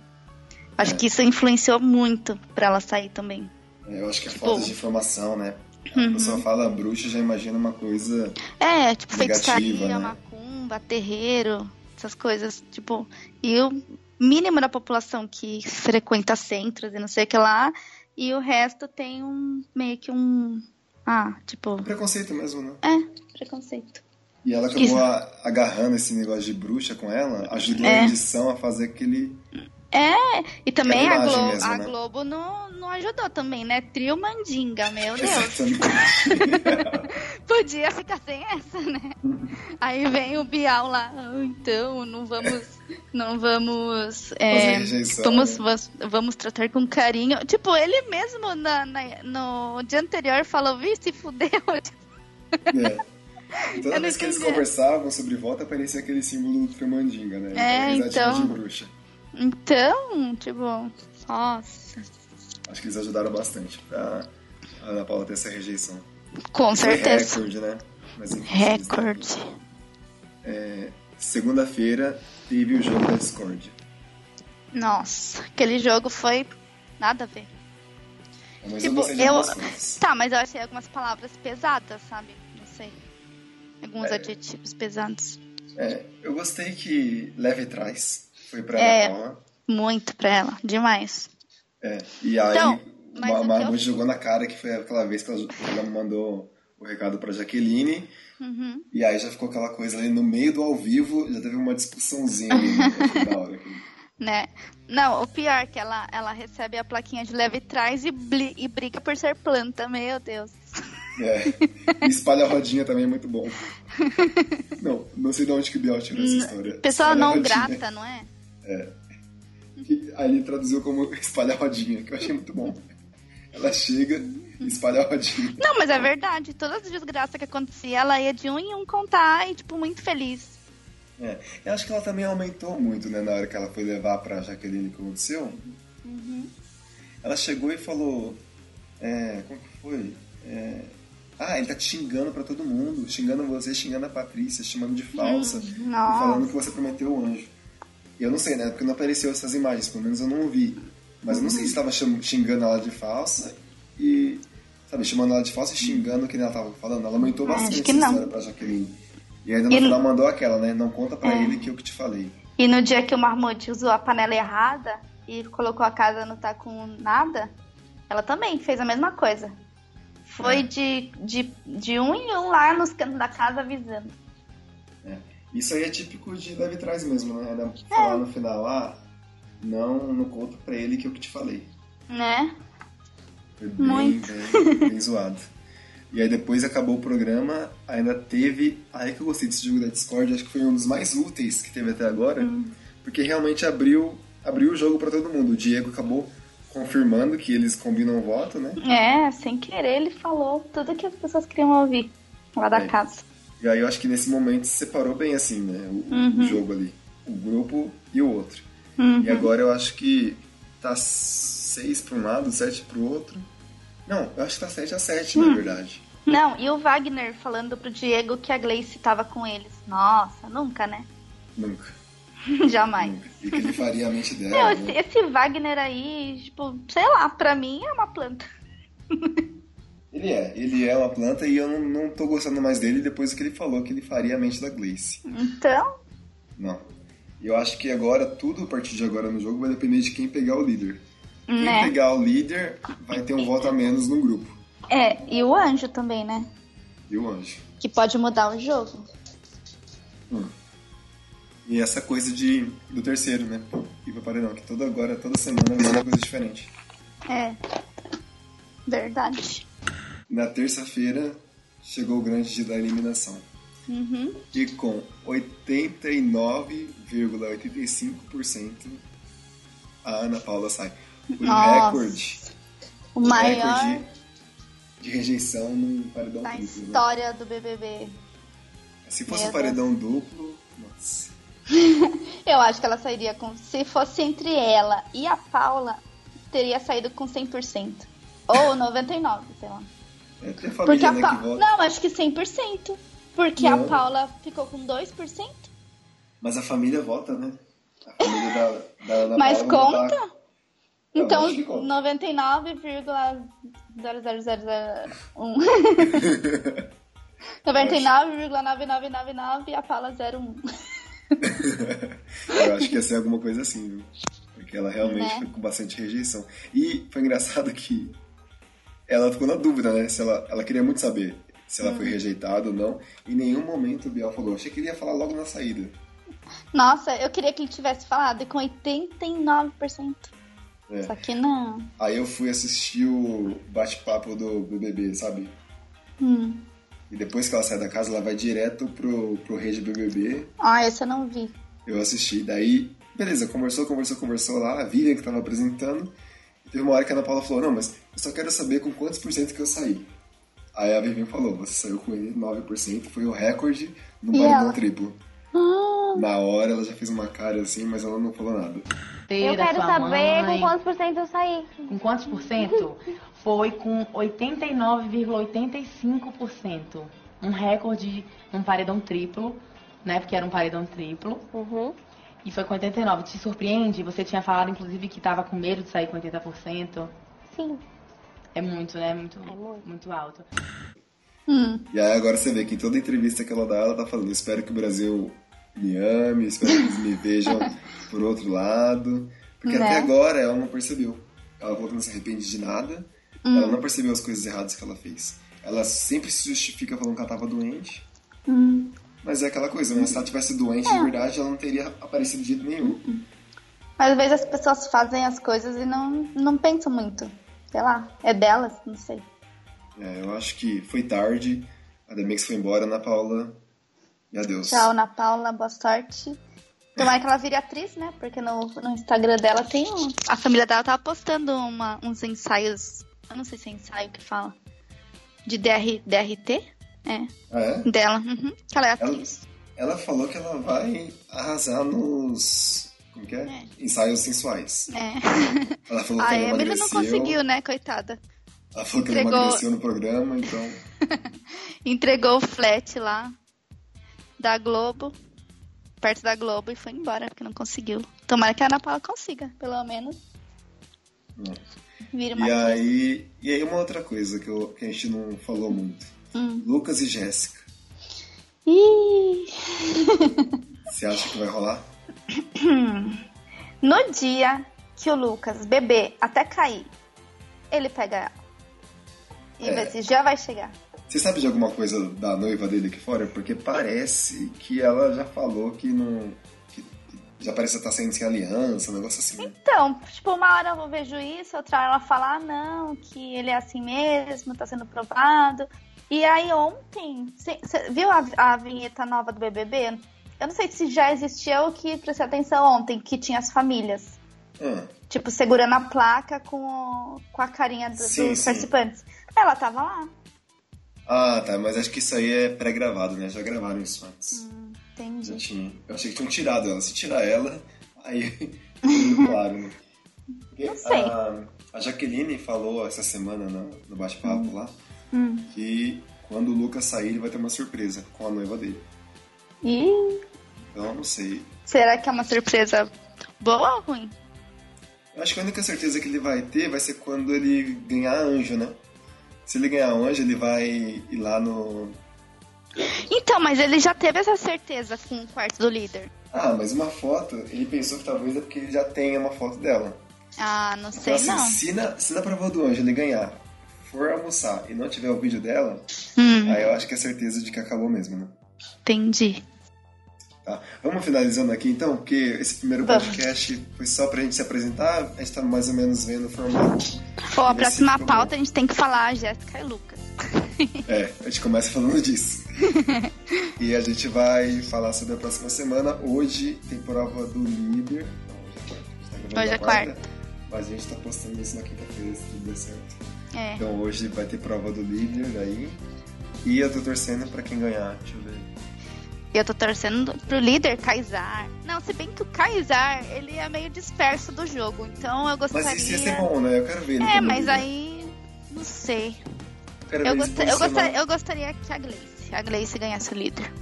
Speaker 2: Acho
Speaker 1: É.
Speaker 2: que isso influenciou muito pra ela sair também.
Speaker 1: Eu acho que é
Speaker 2: Tipo-
Speaker 1: falta de informação, né? A
Speaker 2: Uhum.
Speaker 1: pessoa fala bruxa, já imagina uma coisa.
Speaker 2: É, tipo,
Speaker 1: Negativa, né?
Speaker 2: feitiçaria, macumba, terreiro, essas coisas, tipo, e o mínimo da população que frequenta centros e não sei o que lá, e o resto tem um meio que um. Ah, tipo,
Speaker 1: um Preconceito mesmo, né?
Speaker 2: preconceito.
Speaker 1: E ela acabou
Speaker 2: Isso.
Speaker 1: a- agarrando esse negócio de bruxa com ela, ajudou a
Speaker 2: É.
Speaker 1: edição a fazer aquele.
Speaker 2: E também a,
Speaker 1: imagem
Speaker 2: Glo
Speaker 1: mesmo,
Speaker 2: a
Speaker 1: né?
Speaker 2: Globo não, não ajudou também, né? Trio Mandinga, meu
Speaker 1: é.
Speaker 2: Deus.
Speaker 1: Exatamente.
Speaker 2: Podia ficar sem essa, né? Aí vem o Bial lá, "Ah, então não vamos, não vamos,
Speaker 1: Fazer
Speaker 2: é,
Speaker 1: rejeição,
Speaker 2: vamos,
Speaker 1: né?
Speaker 2: vas- vamos tratar com carinho. Tipo, ele mesmo na, na- no dia anterior falou, vi, se fudeu.
Speaker 1: É. E Toda
Speaker 2: Eu não
Speaker 1: vez que eles
Speaker 2: entendi.
Speaker 1: conversavam sobre volta, aparecia aquele símbolo do Tremandinga, né?
Speaker 2: É,
Speaker 1: Aquela risadinha
Speaker 2: então.
Speaker 1: de bruxa.
Speaker 2: Então, tipo, nossa,
Speaker 1: Acho que eles ajudaram bastante pra a Ana Paula ter essa rejeição. Foi
Speaker 2: com certeza.
Speaker 1: recorde, né? Mas, enfim,
Speaker 2: Recorde.
Speaker 1: Segunda-feira teve o jogo da Discord.
Speaker 2: Nossa, aquele jogo foi nada a ver.
Speaker 1: Mas eu
Speaker 2: Tipo,
Speaker 1: gostei de
Speaker 2: eu-
Speaker 1: algumas coisas.
Speaker 2: Tá, mas eu achei algumas palavras pesadas, sabe? Não sei. Alguns
Speaker 1: É.
Speaker 2: adjetivos pesados.
Speaker 1: É, eu gostei que leve trás foi pra
Speaker 2: É.
Speaker 1: Ana Paula.
Speaker 2: Muito pra ela, demais.
Speaker 1: É, e aí
Speaker 2: Então,
Speaker 1: o
Speaker 2: mas
Speaker 1: Ma-
Speaker 2: o que
Speaker 1: Margot
Speaker 2: eu-
Speaker 1: jogou na cara que foi aquela vez que ela, que ela mandou o recado pra Jaqueline.
Speaker 2: Uhum.
Speaker 1: E aí já ficou aquela coisa ali no meio do ao vivo, já teve uma discussãozinha ali né? Achei da hora.
Speaker 2: Né? Não, o pior é que ela, ela recebe a plaquinha de leve trás e, bli- e briga por ser planta, meu Deus.
Speaker 1: É. E espalha a rodinha também é muito bom. Não, não sei de onde que o Biel tirou essa história.
Speaker 2: Hum, Pessoa
Speaker 1: Espalha a né?
Speaker 2: não
Speaker 1: rodinha.
Speaker 2: grata, não é?
Speaker 1: E aí ele traduziu como espalha a rodinha, que eu achei muito bom. Ela chega, espalha a rodinha.
Speaker 2: Não, mas é verdade. Todas as desgraças que acontecia, ela ia de um em um contar e, tipo, muito feliz.
Speaker 1: É, eu acho que ela também aumentou muito, né, na hora que ela foi levar pra Jaqueline o que aconteceu.
Speaker 2: Uhum.
Speaker 1: Ela chegou e falou, é, como que foi? É, ah, ele tá te xingando pra todo mundo, xingando você, xingando a Patrícia, chamando de falsa,
Speaker 2: Uhum.
Speaker 1: e
Speaker 2: Ah.
Speaker 1: falando que você prometeu o anjo. Eu não sei, né, porque não apareceu essas imagens, pelo menos eu não ouvi. Mas eu não
Speaker 2: Uhum.
Speaker 1: sei se tava cham- xingando ela de falsa e, sabe, chamando ela de falsa e xingando o que ela tava falando. Ela aumentou
Speaker 2: Ah, acho
Speaker 1: bastante
Speaker 2: que
Speaker 1: essa
Speaker 2: não.
Speaker 1: história pra Jaqueline. E ainda no
Speaker 2: Ele- É.
Speaker 1: final mandou aquela, né? Não conta pra ele que eu que te falei.
Speaker 2: E no dia que o Marmote usou a panela errada e colocou a casa no tá com nada, ela também fez a mesma coisa. Foi de, de, de um em um lá nos cantos da casa avisando.
Speaker 1: Isso aí é típico de leve trás mesmo, né? Ainda
Speaker 2: É.
Speaker 1: falar no final, ah, não, não conta pra ele que eu que te falei.
Speaker 2: Né?
Speaker 1: Foi bem,
Speaker 2: Muito.
Speaker 1: bem, bem zoado. E aí depois acabou o programa, ainda teve. Aí que eu gostei desse jogo da Discord, acho que foi um dos mais úteis que teve até agora.
Speaker 2: Hum.
Speaker 1: Porque realmente abriu, abriu o jogo pra todo mundo. O Diego acabou confirmando que eles combinam o voto, né?
Speaker 2: É, sem querer ele falou tudo que as pessoas queriam ouvir lá da
Speaker 1: É.
Speaker 2: casa.
Speaker 1: E aí eu acho que nesse momento se separou bem assim, né? O, o
Speaker 2: Uhum.
Speaker 1: jogo ali. O grupo e o outro.
Speaker 2: Uhum.
Speaker 1: E agora eu acho que tá seis pra um lado, sete pro outro. Não, eu acho que tá sete a sete,
Speaker 2: Hum.
Speaker 1: na verdade.
Speaker 2: Não, e o Wagner falando pro Diego que a Gleice tava com eles. Nossa, nunca, né?
Speaker 1: Nunca.
Speaker 2: Jamais.
Speaker 1: Hum, E que ele faria a mente
Speaker 2: Meu,
Speaker 1: dela.
Speaker 2: esse,
Speaker 1: né?
Speaker 2: esse Wagner aí, tipo, sei lá, pra mim é uma planta.
Speaker 1: Ele é, ele é uma planta e eu não, não tô gostando mais dele depois que ele falou que ele faria a mente da Glace.
Speaker 2: Então,
Speaker 1: Não. Eu acho que agora, tudo a partir de agora no jogo vai depender de quem pegar o líder. Quem
Speaker 2: né?
Speaker 1: pegar o líder vai ter um voto a menos no grupo.
Speaker 2: É, e o anjo também, né?
Speaker 1: E o anjo.
Speaker 2: Que pode mudar o jogo.
Speaker 1: E essa coisa de do terceiro, né? E pra paredão, que toda agora, toda semana vai ser uma coisa diferente.
Speaker 2: É. Verdade.
Speaker 1: Na terça-feira chegou o grande dia da eliminação.
Speaker 2: Uhum.
Speaker 1: E com 89,85% a Ana Paula sai. Foi um
Speaker 2: Nossa.
Speaker 1: recorde.
Speaker 2: O
Speaker 1: um
Speaker 2: maior
Speaker 1: recorde de rejeição no paredão
Speaker 2: da
Speaker 1: triplo. né?
Speaker 2: história do BBB.
Speaker 1: Se fosse um
Speaker 2: Meu
Speaker 1: paredão duplo, nossa.
Speaker 2: Eu acho que ela sairia com. Se fosse entre ela e a Paula, teria saído com 100%. Ou 99%, sei lá.
Speaker 1: É até a
Speaker 2: Porque
Speaker 1: família
Speaker 2: a
Speaker 1: né, que
Speaker 2: Paula.
Speaker 1: vota.
Speaker 2: Não, acho que 100%. Porque
Speaker 1: Não.
Speaker 2: a Paula ficou com 2%.
Speaker 1: Mas a família vota, né? A família da, da Ana
Speaker 2: Mas
Speaker 1: Paula não
Speaker 2: conta?
Speaker 1: tá- Não,
Speaker 2: Então,
Speaker 1: acho que conta.
Speaker 2: 99,00001. 99,9999 e a um. Paula 01.
Speaker 1: Eu acho que ia ser alguma coisa assim, viu? Porque ela realmente
Speaker 2: Né?
Speaker 1: foi com bastante rejeição. E foi engraçado que ela ficou na dúvida, né? Se ela, ela queria muito saber se ela foi
Speaker 2: Uhum.
Speaker 1: rejeitada ou não. Em nenhum momento o Biel falou. Achei que ele ia falar logo na saída.
Speaker 2: Nossa, eu queria que ele tivesse falado com 89%.
Speaker 1: É.
Speaker 2: Só que não.
Speaker 1: Aí eu fui assistir o bate-papo do BBB, sabe?
Speaker 2: Hum.
Speaker 1: E depois que ela sai da casa, ela vai direto pro, pro rei do BBB.
Speaker 2: Ah, esse eu não vi.
Speaker 1: Eu assisti, daí, beleza, conversou, conversou, conversou lá, a Vivian que tava apresentando. E teve uma hora que a Ana Paula falou, não, mas eu só quero saber com quantos por cento que eu saí. Aí a Vivian falou, você saiu com 9%, foi o recorde no
Speaker 2: E
Speaker 1: paredão
Speaker 2: ela? Ah.
Speaker 1: triplo. Na hora ela já fez uma cara assim, mas ela não falou nada.
Speaker 5: Eu quero saber com quantos por cento eu saí.
Speaker 6: Com quantos por cento? Foi com 89,85%. Um recorde num paredão triplo, né? Porque era um paredão triplo.
Speaker 5: Uhum.
Speaker 6: E foi com 89%. Te surpreende? Você tinha falado, inclusive, que tava com medo de sair com 80%.
Speaker 5: Sim.
Speaker 6: É muito, né? Muito,
Speaker 5: muito.
Speaker 6: muito alto.
Speaker 2: Hum.
Speaker 1: E aí agora você vê que em toda entrevista que ela dá, ela tá falando, espero que o Brasil me ame, espero que eles me vejam por outro lado. Porque
Speaker 2: Né?
Speaker 1: até agora ela não percebeu. Ela falou que não se arrepende de nada. Ela
Speaker 2: Hum.
Speaker 1: não percebeu as coisas erradas que ela fez. Ela sempre se justifica falando que ela tava doente.
Speaker 2: Hum. É.
Speaker 1: Mas é aquela coisa, né? Se ela tivesse doente de verdade, ela não teria aparecido de jeito
Speaker 2: Hum.
Speaker 1: nenhum.
Speaker 2: Mas às vezes as pessoas fazem as coisas e não, não pensam muito. Sei lá, é delas, não sei.
Speaker 1: É, eu acho que foi tarde. A Demex foi embora, Ana Paula. E adeus.
Speaker 2: Tchau, Ana Paula, boa sorte. Tomara que ela vire atriz, né? Porque no, no Instagram dela tem um... A família dela tava postando uma- uns ensaios. Eu não sei se é ensaio que fala. De DR, DRT? É,
Speaker 1: Ah, é?
Speaker 2: dela. Uhum, que ela é
Speaker 1: Ela-
Speaker 2: atriz.
Speaker 1: Ela falou que ela vai arrasar nos. Como que é?
Speaker 2: É.
Speaker 1: Ensaios sensuais.
Speaker 2: É.
Speaker 1: Ela falou que
Speaker 2: A
Speaker 1: ela
Speaker 2: Emily
Speaker 1: emagreceu.
Speaker 2: não conseguiu, né? Coitada.
Speaker 1: Ela falou que ela
Speaker 2: Entregou.
Speaker 1: emagreceu no programa, então.
Speaker 2: Entregou o flat lá da Globo. Perto da Globo e foi embora, porque não conseguiu. Tomara que a Ana Paula consiga, pelo menos.
Speaker 1: Hum.
Speaker 2: Vira uma
Speaker 1: E
Speaker 2: atriz.
Speaker 1: aí, e aí uma outra coisa que, eu- que a gente não falou muito.
Speaker 2: Hum.
Speaker 1: Lucas e Jéssica.
Speaker 2: Ih!
Speaker 1: Você acha que vai rolar?
Speaker 2: No dia que o Lucas beber até cair, ele pega ela. E
Speaker 1: É.
Speaker 2: você já vai chegar.
Speaker 1: Você sabe de alguma coisa da noiva dele aqui fora? Porque parece que ela já falou que não. que já parece que tá saindo sem aliança, um negócio assim. né?
Speaker 2: Então, tipo, uma hora eu vejo isso, outra hora ela fala, ah, não, que ele é assim mesmo, tá sendo provado. E aí ontem, você viu a, a vinheta nova do BBB? Eu não sei se já existia ou que prestei atenção ontem, que tinha as famílias.
Speaker 1: Ah,
Speaker 2: Tipo, segurando a placa com, o- com a carinha do-
Speaker 1: Sim,
Speaker 2: dos
Speaker 1: sim.
Speaker 2: participantes. Ela tava lá.
Speaker 1: Ah, tá, mas acho que isso aí é pré-gravado, né? Já gravaram isso
Speaker 2: Hum.
Speaker 1: antes. Já
Speaker 2: Entendi.
Speaker 1: tinha. Eu achei que tinham tirado ela. Se tirar ela, aí. tudo claro, né? Porque
Speaker 2: Não sei.
Speaker 1: A, a Jaqueline falou essa semana no, no bate-papo lá
Speaker 2: Hum.
Speaker 1: que quando o Lucas sair, ele vai ter uma surpresa com a noiva dele.
Speaker 2: Ih,
Speaker 1: Então, não sei.
Speaker 2: Será que é uma surpresa boa ou ruim?
Speaker 1: Eu acho que a única certeza que ele vai ter vai ser quando ele ganhar anjo, né? Se ele ganhar anjo, ele vai ir lá no.
Speaker 2: Então, mas ele já teve essa certeza com o quarto do líder.
Speaker 1: Ah, mas uma foto, ele pensou que talvez é porque ele já tenha uma foto dela.
Speaker 2: Ah, não
Speaker 1: Então,
Speaker 2: sei
Speaker 1: assim,
Speaker 2: não.
Speaker 1: se na, se na prova do anjo ele ganhar, for almoçar e não tiver o vídeo dela,
Speaker 2: Hum,
Speaker 1: aí eu acho que é certeza de que acabou mesmo, né?
Speaker 2: entendi.
Speaker 1: Tá. Vamos finalizando aqui então, porque esse primeiro
Speaker 2: Vamos.
Speaker 1: podcast foi só pra gente se apresentar, a gente tá mais ou menos vendo o formato.
Speaker 2: Ó, a
Speaker 1: Nesse
Speaker 2: próxima
Speaker 1: programa.
Speaker 2: pauta a gente tem que falar Jéssica e Lucas.
Speaker 1: É, a gente começa falando disso. e a gente vai falar sobre a próxima semana. Hoje tem prova do líder. Não,
Speaker 2: Hoje
Speaker 1: hoje
Speaker 2: é
Speaker 1: é quarta. A gente tá gravando na
Speaker 2: quarta.
Speaker 1: Mas a gente tá postando isso na quinta-feira, se tudo der certo.
Speaker 2: É.
Speaker 1: Então hoje vai ter prova do líder aí. E eu tô torcendo pra quem ganhar. Deixa eu ver.
Speaker 2: E eu tô torcendo pro líder, Kaysar. Não, se bem que o Kaysar, ele é meio disperso do jogo. Então eu
Speaker 1: Mas
Speaker 2: gostaria.
Speaker 1: isso ia ser bom, né? Eu quero ver ele.
Speaker 2: é,
Speaker 1: como
Speaker 2: mas
Speaker 1: líder.
Speaker 2: aí. Não sei.
Speaker 1: Eu quero ver
Speaker 2: Eu,
Speaker 1: ele
Speaker 2: gosta- eu,
Speaker 1: expulsionando.
Speaker 2: gosta- eu gostaria que a Gleice, a Gleice ganhasse o líder.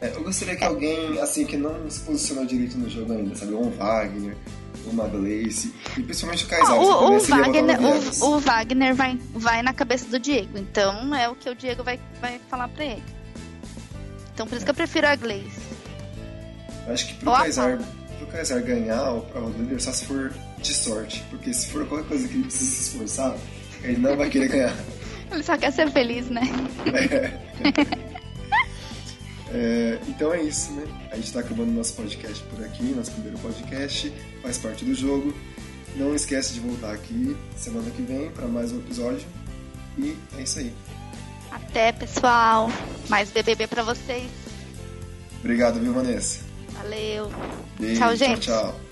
Speaker 1: É, eu gostaria que alguém, assim, que não se posicionou direito no jogo ainda, sabe? Um Wagner, uma Gleice, e principalmente o Kaysar.
Speaker 2: Ó,
Speaker 1: você
Speaker 2: Ah, o, o
Speaker 1: conhece, ele ia botar
Speaker 2: Wagner,
Speaker 1: no Vegas.
Speaker 2: o, o Wagner vai, vai na cabeça do Diego. Então é o que o Diego vai, vai falar pra ele. Então por isso que eu prefiro a Gleice.
Speaker 1: Eu Acho que pro
Speaker 2: Ó,
Speaker 1: Kaysar, pro Kaysar ganhar o Prova do Líder, só se for de sorte. Porque se for qualquer coisa que ele precisa se esforçar, ele não vai querer ganhar.
Speaker 2: Ele só quer ser feliz, né?
Speaker 1: É, então é isso, né? A gente tá acabando nosso podcast por aqui, nosso primeiro podcast, faz parte do jogo. Não esquece de voltar aqui semana que vem para mais um episódio. E é isso aí.
Speaker 2: Até, pessoal. Mais BBB pra vocês.
Speaker 1: Obrigado, viu, Vanessa?
Speaker 2: Valeu.
Speaker 1: Beijo,
Speaker 2: Tchau, gente.
Speaker 1: Tchau, tchau.